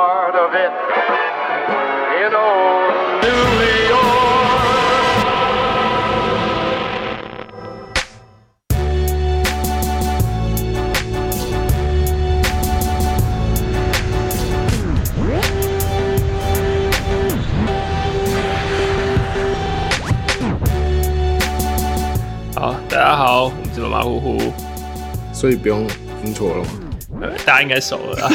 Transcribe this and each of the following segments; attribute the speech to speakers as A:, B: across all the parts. A: night in old New York.
B: 好，大家好，我们是马马虎虎，
C: 所以不用 intro 了嘛。
B: 呃大家应该熟 了啦。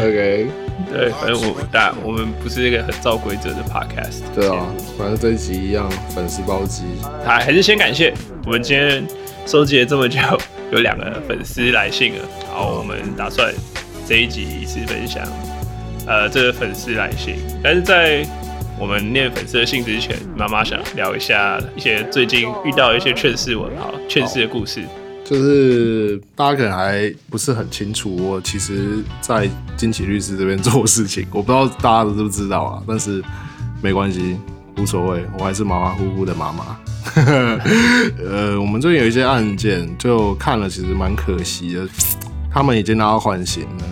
C: OK，
B: 对，反正我大我们不是一个很照规则的 podcast，
C: 对啊，反正这一集一样，粉丝包机，
B: 还还是先感谢我们今天收集了这么久，有两个粉丝来信了，然后我们打算这一集一次分享，呃，这个粉丝来信，但是在我们念粉丝的信之前，妈妈想聊一下一些最近遇到的一些劝世文好，劝世的故事。
C: 就是大家可能还不是很清楚，我其实在金奇律师这边做事情，我不知道大家知不知道啊，但是没关系，无所谓，我还是马马虎虎的妈妈。 呃，我们最近有一些案件，就看了，其实蛮可惜的。他们已经拿到缓刑了，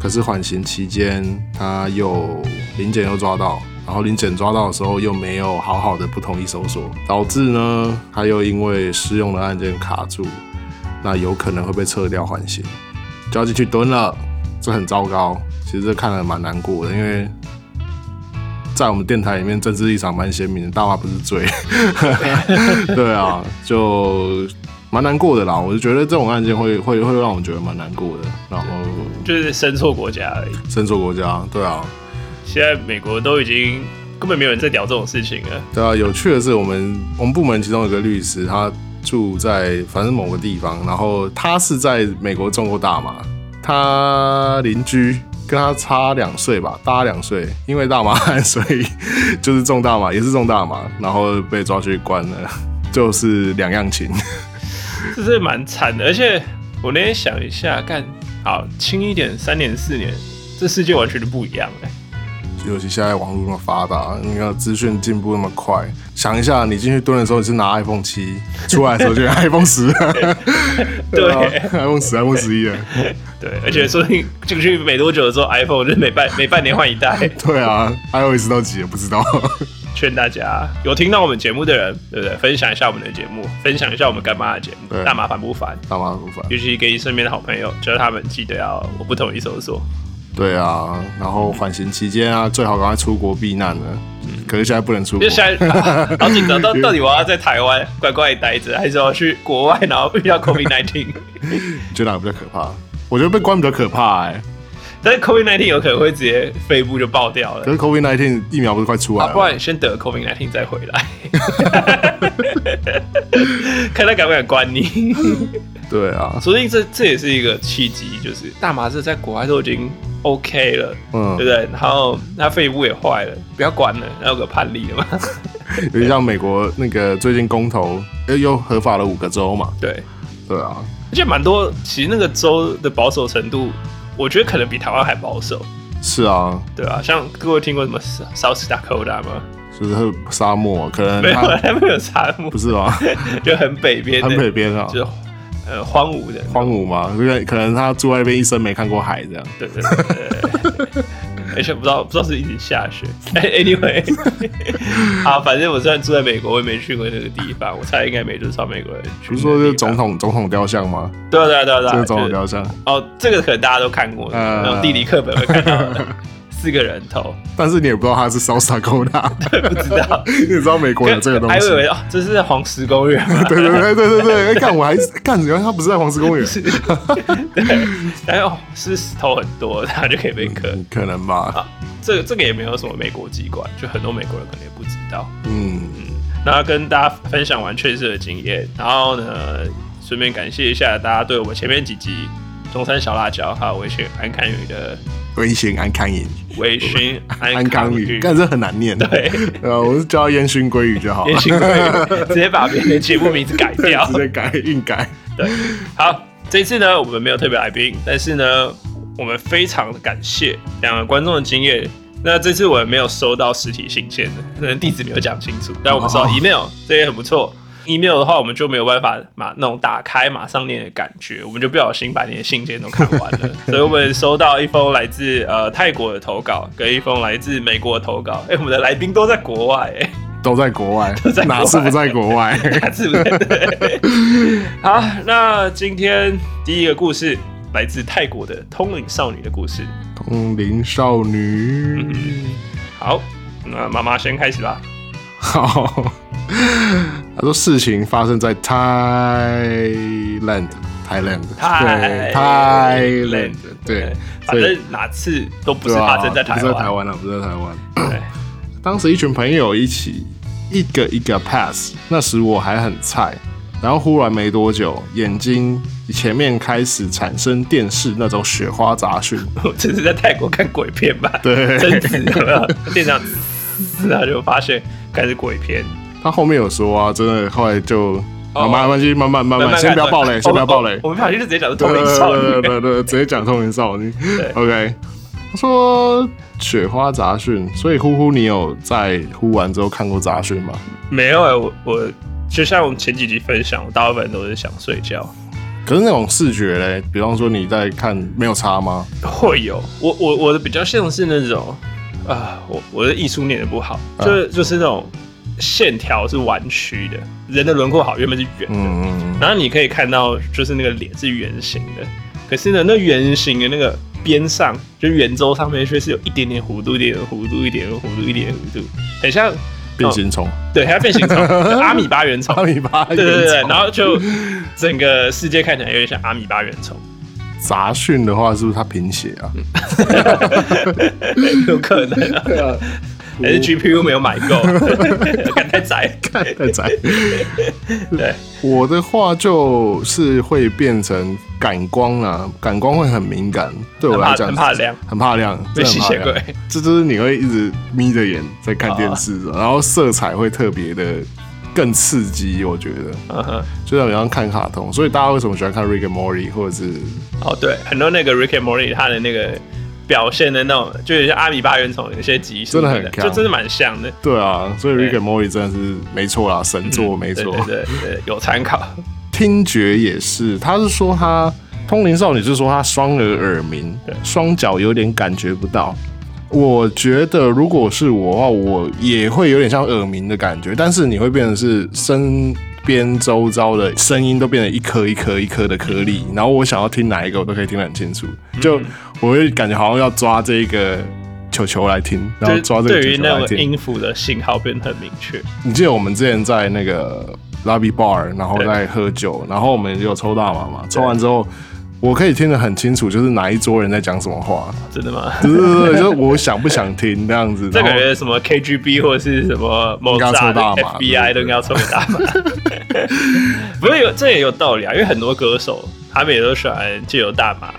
C: 可是缓刑期间他又临检又抓到，然后临检抓到的时候又没有好好的不同意搜索，导致呢他又因为私用的案件卡住，那有可能会被撤掉缓刑，就要进去蹲了，这很糟糕。其实这看了蛮难过的，因为。在我们电台里面，政治立场蛮鲜明的，大话不是罪。对啊，就蛮难过的啦。我就觉得这种案件会会会让我觉得蛮难过的，然后
B: 就是生错国家而已。
C: 伸缩国家，对啊，
B: 现在美国都已经根本没有人在聊这种事情了。
C: 对啊。有趣的是，我们我们部门其中有个律师，他住在反正某个地方，然后他是在美国种过大麻，他邻居。跟他差两岁吧，大他两岁，因为大麻案，所以就是种大麻，也是种大麻，然后被抓去关了， 就是两样情。
B: 这是蛮惨的。而且我那天想一下，干好轻一点，三年四年，这世界完全就不一样了。
C: 尤其现在网络那么发达，你看资讯进步那么快，想一下，你进去蹲的时候你是拿 iPhone 七，出来的时候就是 iPhone 十，
B: 对
C: 啊，iPhone 十、iPhone 十一了，
B: 对，而且说不定进去没多久的时候，iPhone 就是每半每半年换一代。
C: 对啊，iOS 到几也不知道，
B: 劝大家有听到我们节目的人，对不对？分享一下我们的节目，分享一下我们干妈的节目，
C: 对
B: 大麻烦不烦？
C: 大麻不烦。
B: 尤其给你身边的好朋友，叫他们记得要我不同意搜索。
C: 对啊，然后缓刑期间啊，最好赶快出国避难了，可是现在不能出
B: 因
C: 国
B: 为。现在、啊、好紧张，到到底我要在台湾乖乖地待着，还是我要去国外，然后遇 到 COVID nineteen？
C: 你觉得哪个比较可怕？我觉得被关比较可怕哎、
B: 但是 COVID nineteen 有可能会直接肺部就爆掉了
C: 可。是 COVID 1 9疫苗不是快出来
B: 啊，
C: 了
B: 不然你先得 COVID nineteen 再回 来，看他敢不敢关 你。
C: 对啊，
B: 说不定这这也是一个契机，就是大麻这在国外都已经 OK 了，
C: 嗯
B: 对不对？然后他肺部也坏了，不要管了，然后有个判例了嘛。
C: 有点像美国那个最近公投呃又合法了五个州嘛，
B: 对，
C: 对啊，
B: 而且蛮多，其实那个州的保守程度，我觉得可能比台湾还保守，
C: 是啊，
B: 对吧、像各位听过什么 South Dakota 吗？
C: 就是沙漠，啊可能
B: 没有，
C: 它
B: 他们有沙漠
C: 不，是吧？
B: 就很北边的，
C: 很北边啊，
B: 就是呃荒芜的，
C: 荒芜嘛，因为可能他住在那边一生没看过海这样。
B: 对对对对对， 而且不知道不知道是一直下雪。 哎 anyway，好， 反正我虽然住在美国，我也没去过那个地方，我猜应该没多少美国人去。
C: 不是说就是总
B: 统？
C: 统总统雕像吗？
B: 对啊对啊对啊对
C: 这
B: 啊，
C: 个总统
B: 就是
C: 雕像，
B: 哦，这个可能大家都看过，
C: 呃
B: 那种地理课本会看到的，四个人头，
C: 但是你也不知道他是 South Dakota，
B: 不知道。
C: 你知道美国有这个东
B: 还以
C: 西？
B: 为哦，这是在黄石公园吗？
C: 对对对对对对，哎，看我还看，原来他不是在黄石 公园，
B: 对，然后是石头很多，然后就可以被磕。
C: 可能吧？
B: 啊，这个这个也没有什么美国籍贯，就很多美国人可能也不知道。
C: 嗯，
B: 然后跟大家分享完确实的经验，然后呢，顺便感谢一下大家对我们前面几集中山小辣椒还有微醺安康语的
C: 微型安康营，
B: 微醺安
C: 安
B: 康
C: 康
B: 语
C: 鱼，。但是很难念。
B: 对，
C: 呃，我是叫烟熏鲑鱼就好
B: 也
C: 了，
B: 请 直接把别人的节目名字改掉
C: 直。接改硬改。
B: 对，好，这次呢，我们没有特别来宾，但是呢，我们非常地感谢两个观众的经验。那这次我们没有收到实体信件的，可能地址没有讲清楚，但我们收到
C: 哦
B: email，、这也很不错。 email 的话，我们就没有办法马那种打开马上念的感觉，我们就不小心把你的信件都看完了。所以我们收到一封来自呃泰国的投稿，跟一封来自美国的投稿。哎、我们的来宾都在国外、哎。
C: 都在国外，
B: 在国外
C: 哪次不在国外？
B: 是不是？对好，那今天第一个故事来自泰国的通灵少女的故事。
C: 通灵嗯少女，
B: 好，那妈妈先开始吧。
C: 好。他说事情发生在 Thailand。Thailand，对 Thailand，对，
B: 反正哪次都不
C: 对
B: 是
C: 啊
B: 发生在台
C: 不是在台
B: 湾。
C: 湾啊，不是在台湾。
B: 对，
C: 当时一群朋友一起一个一个 pass，那时我还很菜，然后忽然没多久，眼睛前面开始产生电视那种雪花杂讯，
B: 我这是在泰国看鬼片吧？
C: 对
B: 贞子有没有？店长，然后就发现开始鬼片。
C: 他后面有说啊，真的后来就。
B: 哦
C: 好，慢慢去，慢慢慢慢，
B: 慢哦
C: 先不要
B: 看
C: 爆雷，先不要爆雷呃
B: 我。我们不小心就直接 讲是
C: 对
B: 通灵少
C: 对
B: 女。
C: 对对，直接讲通灵少女
B: 对。
C: OK，他说雪花杂讯，所以呼呼，你有在呼完之后看过杂讯吗？
B: 没有哎，我我就像我们前几集分享，我大部分都是想睡觉。
C: 可是那种视觉嘞，比方说你在看，没有差吗？
B: 会有，我我我的比较像是那种，啊、我我的艺术念的不好，
C: 啊
B: 就是就是那种线条是弯曲的，人的轮廓好原本是圆的，
C: 嗯嗯
B: 然后你可以看到就是那个脸是圆形的，可是呢，那圆形的那个边上，就是圆周上面却是有一点点弧度，一点点弧度，一点点弧度，一点点弧度，很像
C: 变、形虫，
B: 哦对，很像变 形虫，对阿米巴原虫
C: 阿，米巴
B: 对对对对，然后就整个世界看起来有点像阿米巴原虫，
C: 杂讯的话，是不是它贫血啊？
B: 嗯有可能、啊。
C: 对啊，
B: 还是 GPU 没有买 够，看太窄。
C: 太窄。
B: 对，
C: 我的话就是会变成感光啊，感光会很敏感，对我来讲
B: 很怕很怕亮，
C: 很怕亮，
B: 被
C: 真的
B: 吸
C: 很怕
B: 血
C: 亮
B: 鬼。
C: 这就是你会一直眯着眼在看电视，
B: 啊
C: 然后色彩会特别的更刺激，我觉得
B: 嗯哼，
C: 就像你像看卡通，所以大家为什么喜欢看 Rick and Morty 或者是
B: 哦对，很多那个 Rick and Morty 他的那个表现的那种，就有些阿米巴原虫有些集数
C: 真的很
B: 就真的蛮像的。
C: 对啊，所以 Rick
B: 对嗯
C: and Morty 真的是没错啦，神作没
B: 对
C: 错。
B: 对对对，有参考。
C: 听觉也是，他是说他通灵少女是说他双耳耳鸣
B: 对，
C: 双脚有点感觉不到。我觉得如果是我的话，我也会有点像耳鸣的感觉，但是你会变成是身边周遭的声音都变成一颗一颗一颗的颗粒，
B: 嗯
C: 然后我想要听哪一个我都可以听得很清楚，就我会感觉好像要抓这个球球来听，
B: 就
C: 然后
B: 是
C: 抓这个
B: 对
C: 球
B: 于
C: 球
B: 那
C: 来
B: 个
C: 听。
B: 音符的信号变得很明确。
C: 你记得我们之前在那个 lobby bar，然后在喝酒，然后我们有抽大麻嘛？抽完之后，我可以听得很清楚，就是哪一桌人在讲什么话，
B: 真的吗？
C: 对对 对，就是我想不想听这样子。
B: 这
C: 然
B: 感
C: 后
B: 觉什么 KGB 或者是什么某
C: 应该
B: 大
C: 抽
B: 的
C: 大麻
B: FBI
C: 对对对
B: 都应该要抽个大 麻。不是有这也有道理啊，因为很多歌手他们也都喜欢借由大麻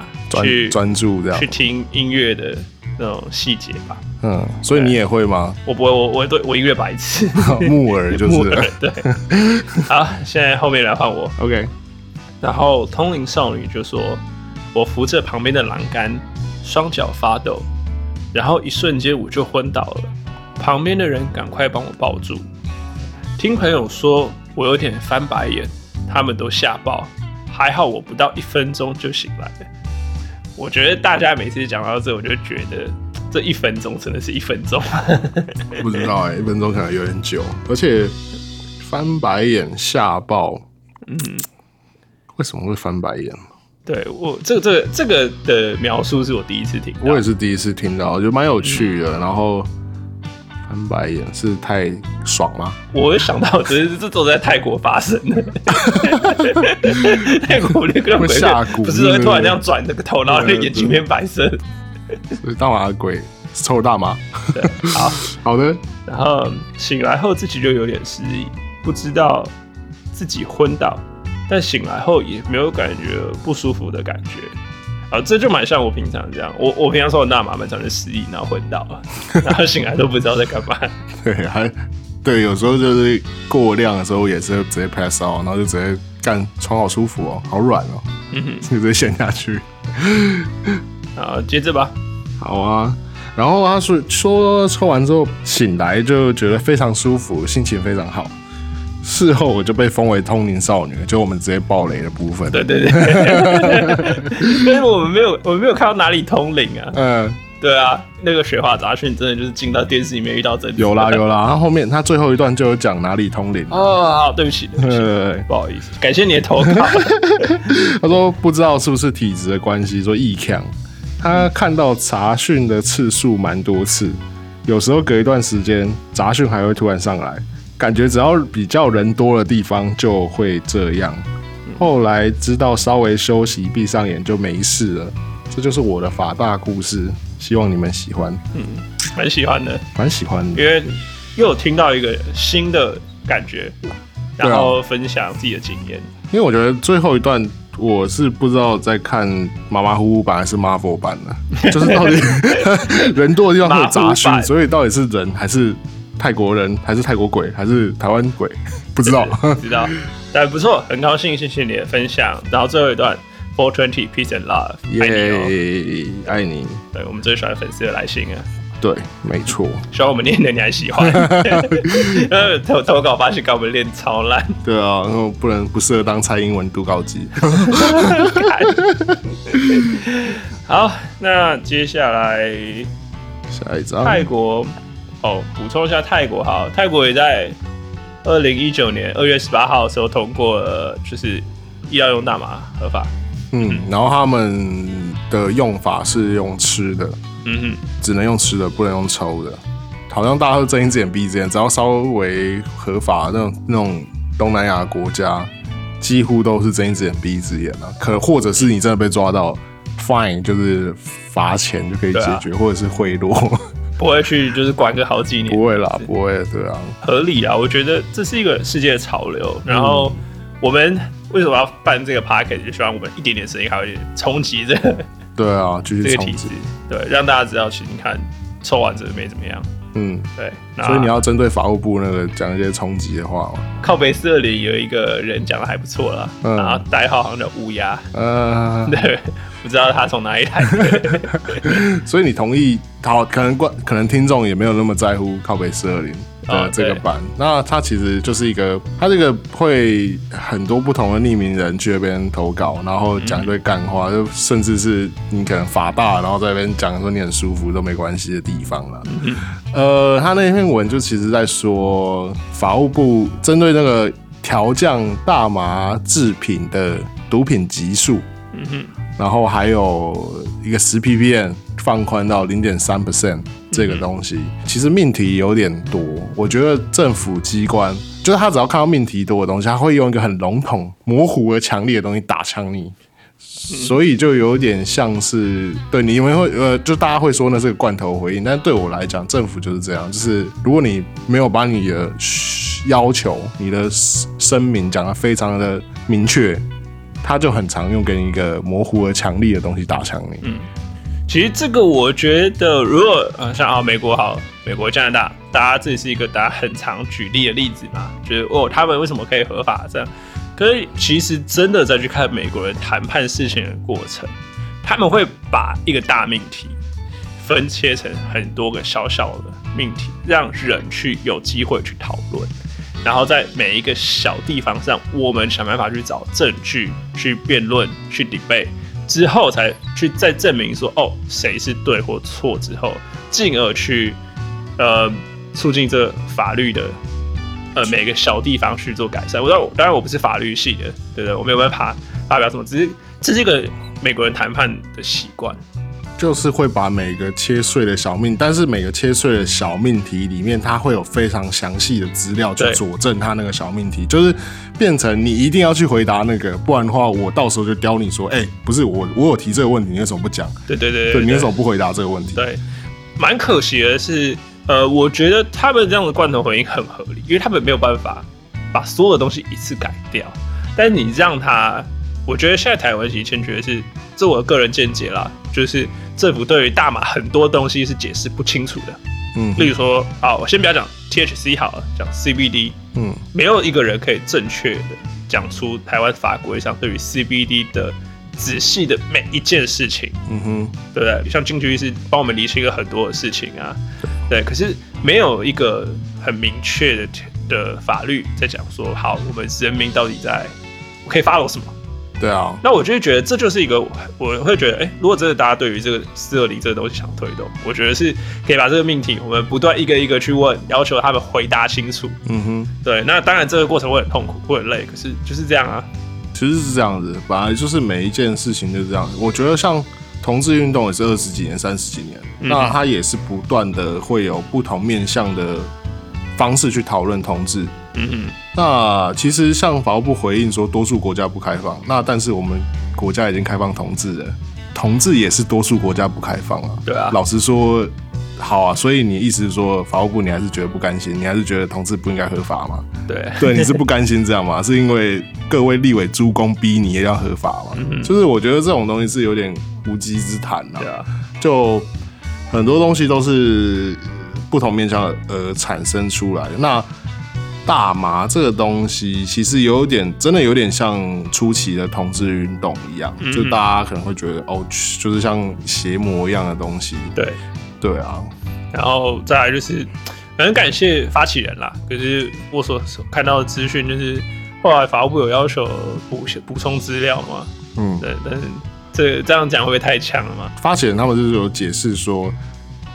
B: 去
C: 专专注这样
B: 去，听音乐的那种细节吧。
C: 嗯，所以你也会吗？
B: 我不会，我我对我音乐白痴，
C: 木 耳就
B: 木
C: 是
B: 耳对。好，现在后面来换我。
C: OK，
B: 然后通灵少女就说：“我扶着旁边的栏杆，双脚发抖，然后一瞬间我就昏倒了。旁边的人赶快帮我抱住。听朋友说，我有点翻白眼，他们都吓爆。还好我不到一分钟就醒来了。我觉得大家每次讲到这，我就觉得这一分钟 真的是一分钟。
C: 不知道哎、一分钟可能有点久，而且翻白眼吓爆，嗯，为什么会翻白眼？
B: 对我这个这个这个的描述是我第一次听到，
C: 我也是第一次听到，我觉得蛮有趣的。然后翻白眼是太爽吗？
B: 我想到，只是这都在泰国发生的。泰国那个鬼
C: 会
B: 片
C: 下蛊
B: 不是会
C: 是不是
B: 突然这样转这个头，然后就眼睛变白色。
C: 所以大麻鬼抽大麻。
B: 对，好，
C: 好的，
B: 然后醒来后自己就有点失忆，不知道自己昏倒，但醒来后也没有感觉不舒服的感觉。啊，这就蛮像我平常这样，我我平常说我大麻蛮常就失忆，然后昏倒，然后醒来都不知道在干嘛。
C: 对，还对，有时候就是过量的时候也是会直接 pass out，然后就直接干床好舒服哦，好软哦，
B: 嗯哼，
C: 就直接陷下去。
B: 好，接着吧。
C: 好啊。然后他说说抽完之后醒来就觉得非常舒服，心情非常好，事后我就被封为通灵少女，就我们直接爆雷的部分。
B: 对，对 对，但是我们没有，我们没有看到哪里通灵啊。
C: 嗯、
B: 对啊，那个雪花杂讯真的就是进到电视里面遇到真理。
C: 有啦 有啦。然后后面他最后一段就有讲哪里通灵。
B: 哦，好，对不起，对不起，
C: 呃，
B: 不好意思，感谢你的投稿。
C: 他说不知道是不是体质的关系，说易强，他看到杂讯的次数蛮多次，有时候隔一段时间杂讯还会突然上来，感觉只要比较人多的地方就会这样。后来知道稍微休息闭上眼就没事了，这就是我的法大故事，希望你们喜欢，
B: 蛮喜欢的，
C: 蛮喜欢的。
B: 因为又有听到一个新的感觉，然后分享自己的经验。
C: 因为我觉得最后一段我是不知道在看马马虎虎版还是 Marvel 版的， 就 是到底人多的地方会有杂
B: 马虎
C: 讯，
B: 版
C: 所以到底是人还是泰国人还是泰国鬼还是台湾鬼， 不知道。
B: 知道，但不错，很高兴，谢谢你的分享。然后最后一段，Four Twenty Peace and Love，爱你哦。
C: 耶，爱你，
B: 对我们最喜欢粉丝的来信啊，
C: 对，没错，
B: 希望我们念的你还喜 欢。 呃，投投稿发现稿我们念超烂，
C: 对啊，然后不能不适合当蔡英文读稿机。
B: 干好，那接下来
C: 下一张，
B: 泰国，哦，补充一下泰国哈，泰国也在二零一九年二月十八号的时候通过了，就是医药用大麻合法。
C: 嗯，然后他们的用法是用吃的，
B: 嗯
C: 只能用吃的，不能用抽的。好像大家都睁一只眼闭一只眼，只要稍微合法那种那种东南亚国家，几乎都是睁一只眼闭一只眼啊。可或者是你真的被抓到，fine 就是罚钱就可以解
B: 啊
C: 决，或者是 贿赂，
B: 哼，不会去就是管个好几年，
C: 不会啦，不会，对啊，
B: 合理啊，我觉得这是一个世界的潮流。然后
C: 嗯
B: 我们为什么要办这个 p a r k e t 就希望我们一点点声音还会冲击这个
C: 对啊，继
B: 这个体
C: 续冲
B: 制
C: 击，，
B: 对，让大家知道，其实你看抽完真的没怎么样。
C: 嗯。
B: 对，
C: 所以你
B: 要
C: 要针对法务部那个讲一些冲击的话嘛，
B: 靠北四二零有一个人讲的还不错啦，
C: 嗯
B: 然后代号好像叫乌鸦，
C: 呃，
B: 对，不知道他从哪里来的。
C: 所以你同意，好，可能观可能听众也没有那么在乎靠北四二零
B: 哦
C: 的这个
B: 对
C: 版，那它其实就是一个，它这个会很多不同的匿名人去那边投稿，然后讲一堆干话，就甚至是你可能法大，然后在那边讲说你很舒服都没关系的地方啦。呃，他那篇文就其实在说法务部针对那个调降大麻制品的毒品级数，
B: 嗯哼，
C: 然后还有一个十 ppm 放宽到零点三 percent 这个东西，其实命题有点多。我觉得政府机关就是他只要看到命题多的东西，他会用一个很笼统、模糊而强烈的东西打枪你。所以就有点像是对你因为会呃，就大家会说那是个罐头回应，但对我来讲，政府就是这样，就是如果你没有把你的嘘要求、你的声明讲得非常的明确，他就很常用给你一个模糊而强力的东西打枪你。
B: 其实这个我觉得，如果呃像啊美国好，美国加拿大，大家这是一个大家很常举例的例子嘛，就是哦他们为什么可以合法这样？可是其实真的再去看美国人谈判事情的过程，他们会把一个大命题分切成很多个小小的命题，让人去有机会去讨论。然后在每一个小地方上，我们想办法去找证据、去辩论、去 debate，之后才去再证明说，哦，谁是对或错之后，进而去呃促进这法律的呃每个小地方去做改善。我当然当然我不是法律系的，对不对？我没有办法发表什么，只是这是一个美国人谈判的习惯。
C: 就是会把每个切碎的小命，但是每个切碎的小命题里面，它会有非常详细的资料去
B: 对
C: 佐证它那个小命题，就是变成你一定要去回答那个，不然的话，我到时候就刁你说，哎、不是我，我有提这个问题，你为什么不讲？
B: 对对对
C: 对，你为什么不回答这个问题？
B: 对，蛮可惜的是，呃，我觉得他们这样的罐头回应很合理，因为他们没有办法把所有的东西一次改掉。但是你让他，我觉得现在台湾其实欠缺的是，这我个人见解啦，就是政府对于大麻很多东西是解释不清楚的。
C: 嗯
B: 例如说，啊，我先不要讲 THC 好了，讲 CBD，
C: 嗯，
B: 没有一个人可以正确的讲出台湾法规上对于 CBD 的仔细的每一件事情。
C: 嗯哼，
B: 对不对？像进去是帮我们理清了很多的事情啊，对。可是没有一个很明确的的法律在讲说，好，我们人民到底在我可以 follow 什么？
C: 对啊，
B: 那我就会觉得这就是一个，我会觉得，哎、如果真的大家对于这个四二零这个东西想推动，我觉得是可以把这个命题，我们不断一个一个去问，要求他们回答清楚。
C: 嗯哼。
B: 对，那当然这个过程会很痛苦，会很累，可是就是这样啊。
C: 其实是这样子，本来就是每一件事情就是这样子。我觉得像同志运动也是二十几年、三十几年，那它也是不断的会有不同面向的方式去讨论同志。
B: 嗯
C: 那其实像法务部回应说，多数国家不开放，那但是我们国家已经开放同志了，同志也是多数国家不开放啊。
B: 对啊
C: 老实说，好啊，所以你意思是说，法务部你还是觉得不甘心，你还是觉得同志不应该合法吗？
B: 哼，对，
C: 对，你是不甘心这样吗？是因为各位立委诸公逼你也要合法吗？就是我觉得这种东西是有点无稽之谈啊
B: 嗯对。啊，
C: 就很多东西都是不同面向而产生出来的。那大麻这个东西，其实有点真的有点像初期的同志运动一样，
B: 嗯
C: 就大家可能会觉得哦，就是像邪魔一样的东西。
B: 对。
C: 对啊，
B: 然后再来就是很感谢发起人啦，可是我所所看到的资讯就是后来法务部有要求补补充资料嘛，
C: 嗯，
B: 对，但是这这样讲会不会太强了嘛？
C: 发起人他们就是有解释说，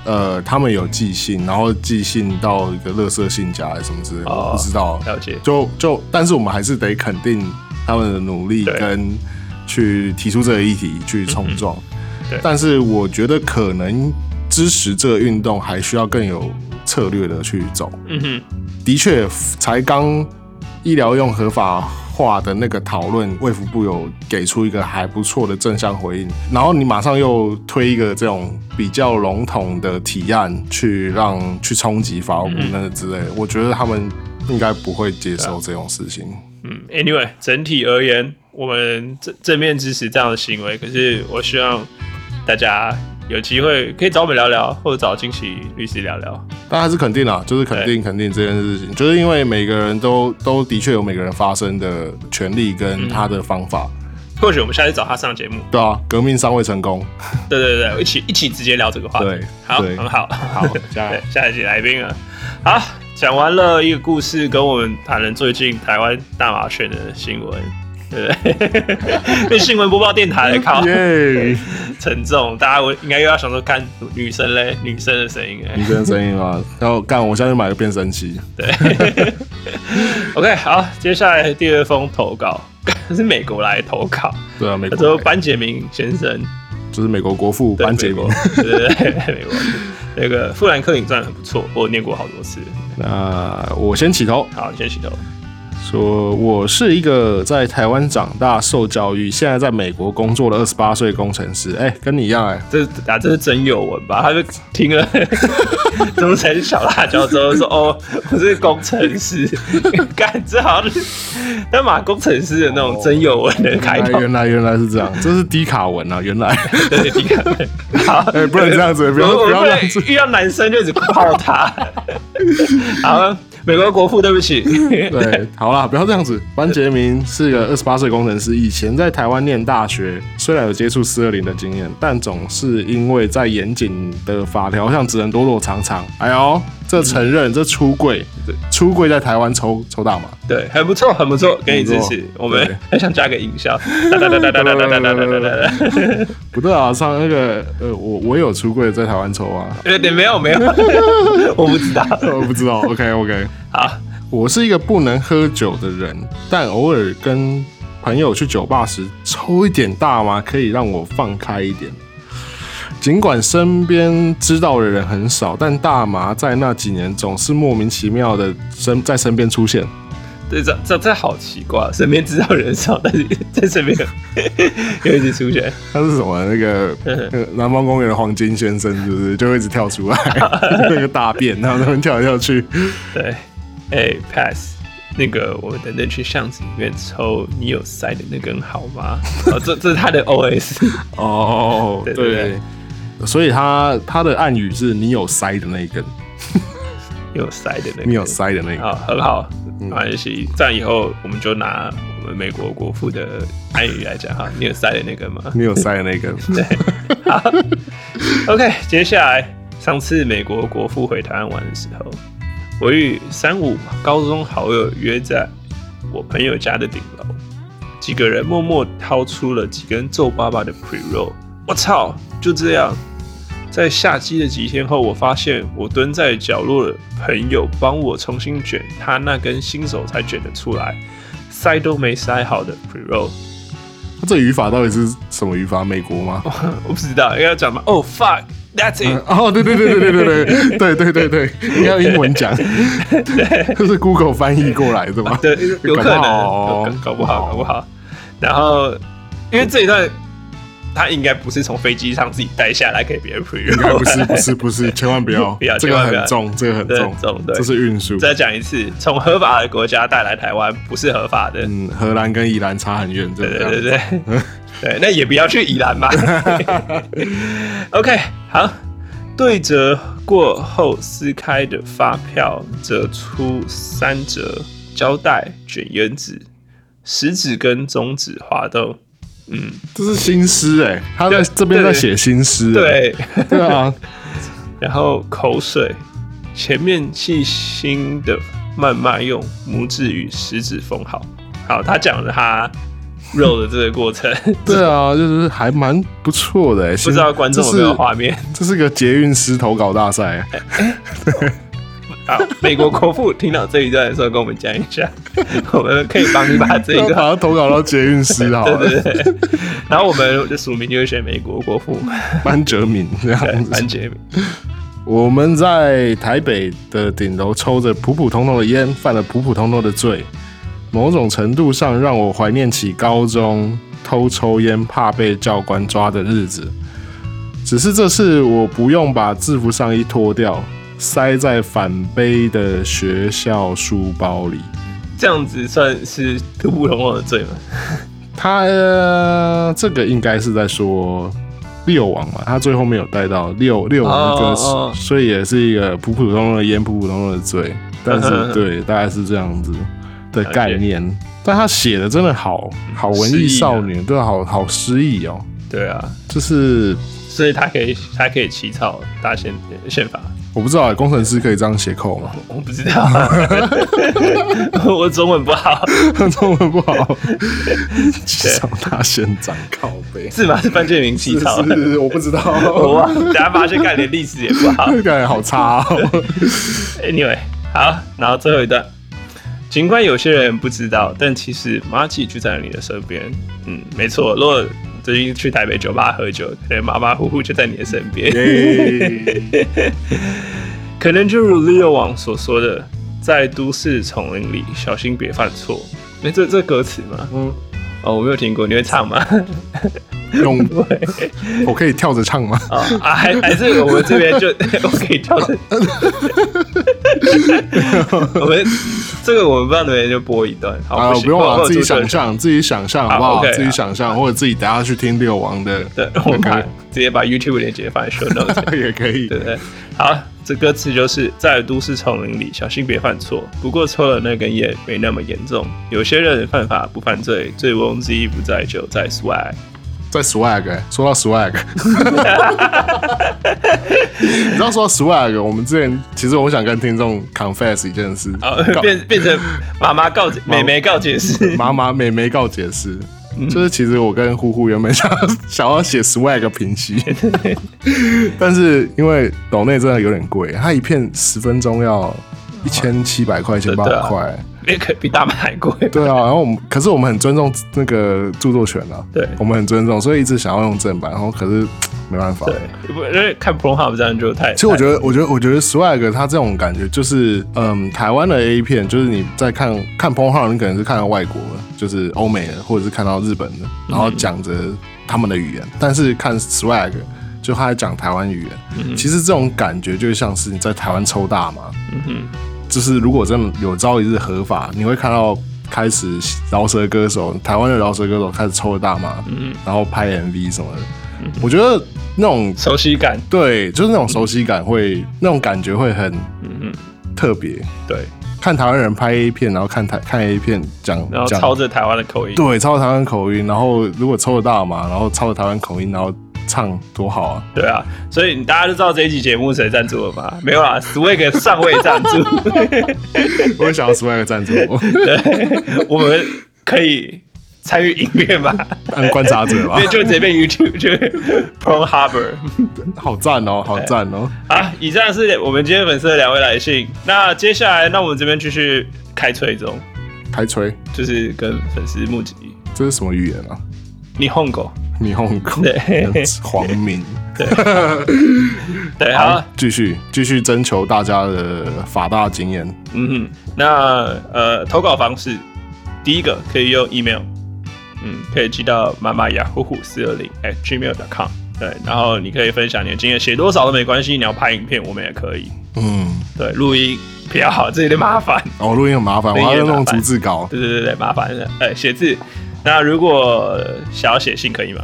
C: 呃，他们有寄信，然后寄信到一个垃圾信夹还是什么之类的，
B: 哦
C: 我不知道。
B: 了解，
C: 就就，但是我们还是得肯定他们的努力
B: 对嗯
C: 跟去提出这个议题去冲撞。
B: 对
C: 但是我觉得可能支持这个运动还需要更有策略的去走。
B: 嗯哼，
C: 的确，才刚医疗用合法化的那个讨论，卫福部有给出一个还不错的正向回应，然后你马上又推一个这种比较笼统的提案去让去冲击法务部
B: 嗯
C: 那个之类的，我觉得他们应该不会接受这种事情。
B: 嗯，anyway，整体而言，我们正正面支持这样的行为，可是我希望大家有机会可以找我们聊聊，或者找金奇律师聊聊，
C: 但还是肯定啦，就是肯定肯定这件事情，就是因为每个人都都的确有每个人发声的权利跟他的方法，
B: 或许我们下次找他上节目，
C: 对啊，革命尚未成功，
B: 对对对，一起一起直接聊这个话题，
C: 对
B: 好，
C: 对
B: 很好，
C: 好，加 油
B: 对，。下一集来宾啊，好，讲完了一个故事，跟我们谈了最近台湾大麻犬的新闻，对不 对？被新闻播报电台了，靠，
C: 耶！
B: 沉重，大家我应该又要想说看女生嘞，女生的声音哎
C: 女，生的声 音嘛，然后干，我下去买个变声器。
B: 对，OK，好，接下来第二封投稿 是美国来的投稿，
C: 对啊，美
B: 他
C: 国
B: 说班杰明先生，
C: 就是美国国父
B: 对
C: 班杰
B: 美
C: 明
B: 国。对对对，美国。那个《富兰克林传》很不错，我有念过好多次。
C: 那我先起头，
B: 好，你先洗头。
C: 说我是一个在台湾长大、受教育，现在在美国工作的二十八岁工程师。哎、跟你一样哎、
B: 这啊，这是真有文吧？他就听了 中成小辣椒之后说：“哦，我是工程师。” 干，这好像是那马工程师的那种真有文的开头。
C: 原来原来是这样，这是低卡文啊，原来。
B: 对，你看，好，
C: 哎不能这样子不要
B: 我我
C: 不要
B: 能
C: 这样子
B: 遇到男生就只泡他。 好，美国国父，对不起。
C: 对，好啦，不要这样子。班杰明是个二十八岁工程师，以前在台湾念大学，虽然有接触四二零的经验，但总是因为在严谨的法条上只能躲躲藏藏。哎呦，这承认、这出柜
B: 对，
C: 出柜在台湾抽抽大麻，
B: 对，很不错，很不错，给你支
C: 很
B: 持
C: 不。错
B: 我们
C: 对
B: 还想加个营销，哒哒哒哒哒哒哒哒哒哒哒哒。
C: 不对啊，上那个呃，我我有出柜在台湾抽啊，
B: 对对，没有没有，我不知道。
C: 我不知道。OK OK。
B: 好，
C: 我是一个不能喝酒的人，但偶尔跟朋友去酒吧时抽一点大麻，可以让我放开一点。尽管身边知道的人很少，但大麻在那几年总是莫名其妙的身在身边出现。
B: 对，这这这好奇怪，身边知道人少，但是在身边 有有一直出现。
C: 他是什么？那个那个南方公园的黄金先生，是不是就会一直跳出来？ 那个大便，然后他们跳来跳去。
B: 对，哎、p a s s 那个我们等等去巷子里面抽你有塞的那根好吗？哦，这这是他的 OS，
C: 哦，
B: 对对
C: 对，所以他他的暗语是你有塞的那一根，
B: 你有塞的那根，
C: 你有塞的那一根。
B: 好，很好，没关系。这样以后我们就拿我们美国国父的安语来讲哈，你有塞的那根吗？
C: 没有塞的那个，
B: 对，好，OK，接下来，上次美国国父回台湾玩的时候，我与三五高中好友约在我朋友家的顶楼，几个人默默掏出了几根皱巴巴的 pre roll。我操，就这样。在下机的几天后，我发现我蹲在角落的朋友帮我重新卷他那根新手才卷得出来、塞都没塞好的 pre roll。
C: 他 这语法到底是什么语法？美国吗？
B: 我不知道应该要讲吗？哦、fuck，that's it。
C: 哦，对对对对对 对对对对对对，应该用英文讲， 这是 Google 翻译过来的 吗？
B: 对，有可能，
C: 搞不
B: 搞
C: 好哦
B: 搞不好，搞不好。然后，因为这一段他应该不是从飞机上自己带下来给别人 pre
C: 应该不是
B: roll，
C: 不是不是，千万不要
B: 不要，
C: 这
B: 千
C: 个
B: 万不要
C: 很重，这个很
B: 这很
C: 重，
B: 重 对
C: 这是运输。
B: 再讲一次，从合法的国家带来台湾不是合法的，
C: 嗯，荷兰跟宜兰差很远，真
B: 对
C: 的
B: 对对对， 对，那也不要去宜兰嘛。OK，好，对折过后撕开的发票折出三折，胶带卷烟纸，食指跟中指滑动，嗯，
C: 这是新诗哎，他在
B: 对
C: 这边在写新诗，
B: 对。
C: 对啊，
B: 然后口水，前面细心的慢慢用拇指与食指缝好。好，他讲了他肉的这个过 程，
C: 对啊，就是还蛮不错的哎，
B: 不
C: 不
B: 知道观众有没有画面
C: 这是个捷运师投稿大赛欸，
B: 好，美国国父听到这一段的时候，跟我们讲一 下，我们可以帮你把这一
C: 要把
B: 段。
C: 它投稿到捷运师好
B: 对
C: 了，
B: 对对，然后我们的署名就会选美国国 父，
C: 班哲敏这
B: 对
C: 样，子
B: 班。杰明，
C: 我们在台北的顶楼抽着普普通通的烟，犯了普普通通的罪，某种程度上让我怀念起高中偷抽烟怕被教官抓的日子。只是这次我不用把制服上衣脱掉，塞在反背的学校书包里。
B: 这样子算是普普通通的罪吗？
C: 他、呃、这个应该是在说六王嘛，他最后没有带到六六王一个，
B: 哦哦哦
C: 所以也是一个普普通通的烟，普普通通的 罪，但是对，大概是这样子的概念。但他写的真的好
B: 嗯
C: 好文艺少女，
B: 啊
C: 对，好好诗意哦，
B: 对啊，
C: 就是。
B: 所以他可以他可以起草大宪宪法，
C: 我不知道、工程师可以这样写扣吗？
B: 我不知道， 我中文不好，
C: 中文不好，起草大仙长靠背，
B: 是吗？是范建明起草的，
C: 是是是我不知道，
B: 我 忘了，等下发现看连历史也不好。
C: 感觉好差哦。
B: Anyway，好，然后最后一段，尽管有些人不知道，但其实妈吉就在你的身边。嗯，没错，如果最近去台北酒吧喝酒，可能马马虎虎就在你的身边。
C: 耶
B: 可能就如 Leo 王所说的，在都市丛林里小心别犯错。哎、这这歌词吗？
C: 嗯，
B: 哦，我没有听过，你会唱吗？
C: 用
B: 不会
C: 我可以跳着唱吗？
B: 哦啊，还还是我们这边就 我可以跳的。我们这个我们不知道能不能就播一段，好，
C: 啊，
B: 哦不行
C: 不用
B: 我
C: 了，
B: 有
C: 自己
B: 注册
C: 想
B: 权
C: 象，自己想象好不
B: 好
C: 好
B: ，OK，？
C: 自己想象，或者自己等下去听六王的，
B: 对，我看直接把 YouTube 连接放在 show notes，里
C: 也可以
B: 对。不对？好，这歌词就是在都市丛林里，小心别犯错。不过抽了那根烟没那么严重，有些人犯法不犯罪，醉翁之意不在酒，在 swag。
C: 在 swag，欸说到 swag，你知道说到 swag，我们之前其实我想跟听众 confess 一件事，
B: 好，
C: 告
B: 变变成妈妈告解，妹妹告解释。
C: 妈妈美眉告解释，就是其实我跟呼呼原本想要想要写 swag 平息， 但是因为岛内真的有点贵，它一片十分钟要一千七百块、一千八
B: 对
C: 百
B: 啊
C: 块。
B: 那个比大马还贵。
C: 对啊，然后我们可是我们很尊重那个著作权啊，
B: 对
C: 我们很尊重，所以一直想要用正版，然后可是没办法。
B: 对，不因为看 p r o h u b 这样就太。
C: 其实我觉得，我觉得，我觉得 swag 它这种感觉就是，嗯，台湾的 A 片，就是你在看看 p o n h u b 你可能是看到外国的，就是欧美的，或者是看到日本的，然后讲着他们的语言，但是看 swag 就他在讲台湾语言。其实这种感觉就像是你在台湾抽大麻，
B: 嗯
C: 就是如果真的有朝一日合法，你会看到开始饶舌歌手，台湾的饶舌歌手开始抽大麻，然后拍 MV 什么的。我觉得那种
B: 熟悉感，
C: 对，就是那种熟悉感会，那种感觉会很
B: 嗯嗯，
C: 特别。
B: 对，
C: 看台湾人拍 A 片，然后看台看 A 片讲
B: 然后
C: 讲
B: 操着台湾的口音，
C: 对，抄着台湾口音，然后如果抽了大麻，然后抄着台湾口音，然后唱多好啊！
B: 对啊，所以大家都知道这一期节目谁赞助了吧？没有啦，Swag 尚未赞助。
C: 我也想要 swag 赞助 我，
B: 对，我们可以参与音乐 吗？
C: 当观察者吧
B: 因为，就这边 YouTube 就是 Pro Harbor
C: 好赞 哦，好赞哦！
B: 啊。以上是我们今天粉丝的两位来信。那接下来，那我们这边继续开吹中，
C: 开吹，
B: 就是跟粉丝募集。
C: 这是什么语言啊？
B: 你哄狗，
C: 霓虹口
B: 对，
C: 黄明。
B: 对，好，
C: 继续继续征求大家的法大经验。
B: 嗯哼，那呃，投稿方式，第一个可以用 email，嗯，可以寄到妈妈雅虎虎四二零 at gmail.com。对，然后你可以分享你的经验，写多少都没关系，你要拍影片我们也可以。
C: 嗯，
B: 对，录音比较好，这有点麻烦。
C: 哦，录音很麻烦，我
B: 录音
C: 还要
B: 很麻
C: 弄
B: 烦
C: 逐字稿。
B: 对对对对，麻烦了。呃，写字，那如果想要写信可以吗？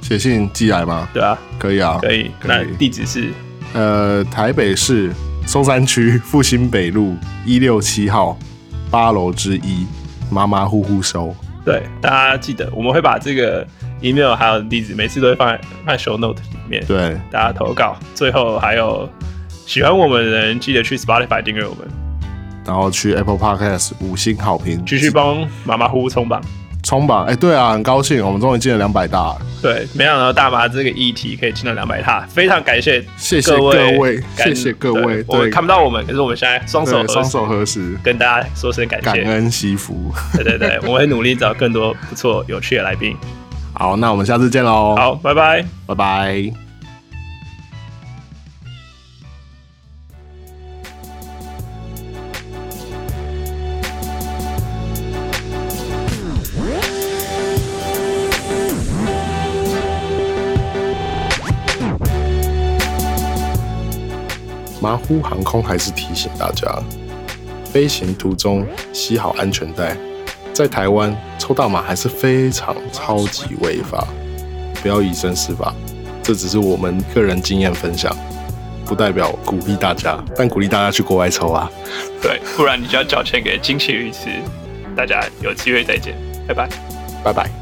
C: 写信寄来吗？
B: 对啊，
C: 可以啊，
B: 可以。那地址是
C: 呃，台北市松山区复兴北路一六七号八楼之一，马马虎虎收。
B: 对，大家记得我们会把这个 email 还有地址，每次都会放在放在 show note 里面。
C: 对，
B: 大家投稿。最后还有喜欢我们的人，记得去 Spotify 订阅我们，
C: 然后去 Apple Podcast 五星好评，
B: 继续帮马马虎虎冲榜。
C: 冲榜。哎，对啊，很高兴，我们终于进了两百大，
B: 对，没想到大麻这个议题可以进到两百踏，非常感谢
C: 谢谢
B: 各
C: 各位
B: 感
C: 谢谢各位
B: 对我们
C: 对
B: 看不到我们，可是我们现在双手合
C: 对，
B: 十
C: 双手合十，
B: 跟大家说声感
C: 感
B: 谢。
C: 恩惜福。
B: 对对对，我会努力找更多不错有趣的来宾。
C: 好，那我们下次见喽，
B: 好，拜拜。
C: 拜拜。马虎航空还是提醒大家，飞行途中系好安全带。在台湾抽大麻还是非常超级违法。不要以身试法，这只是我们个人经验分享，不代表鼓励大家，但鼓励大家去国外抽啊。
B: 对，不然你就要交钱给金奇律师。大家有机会再见，拜拜。
C: 拜拜。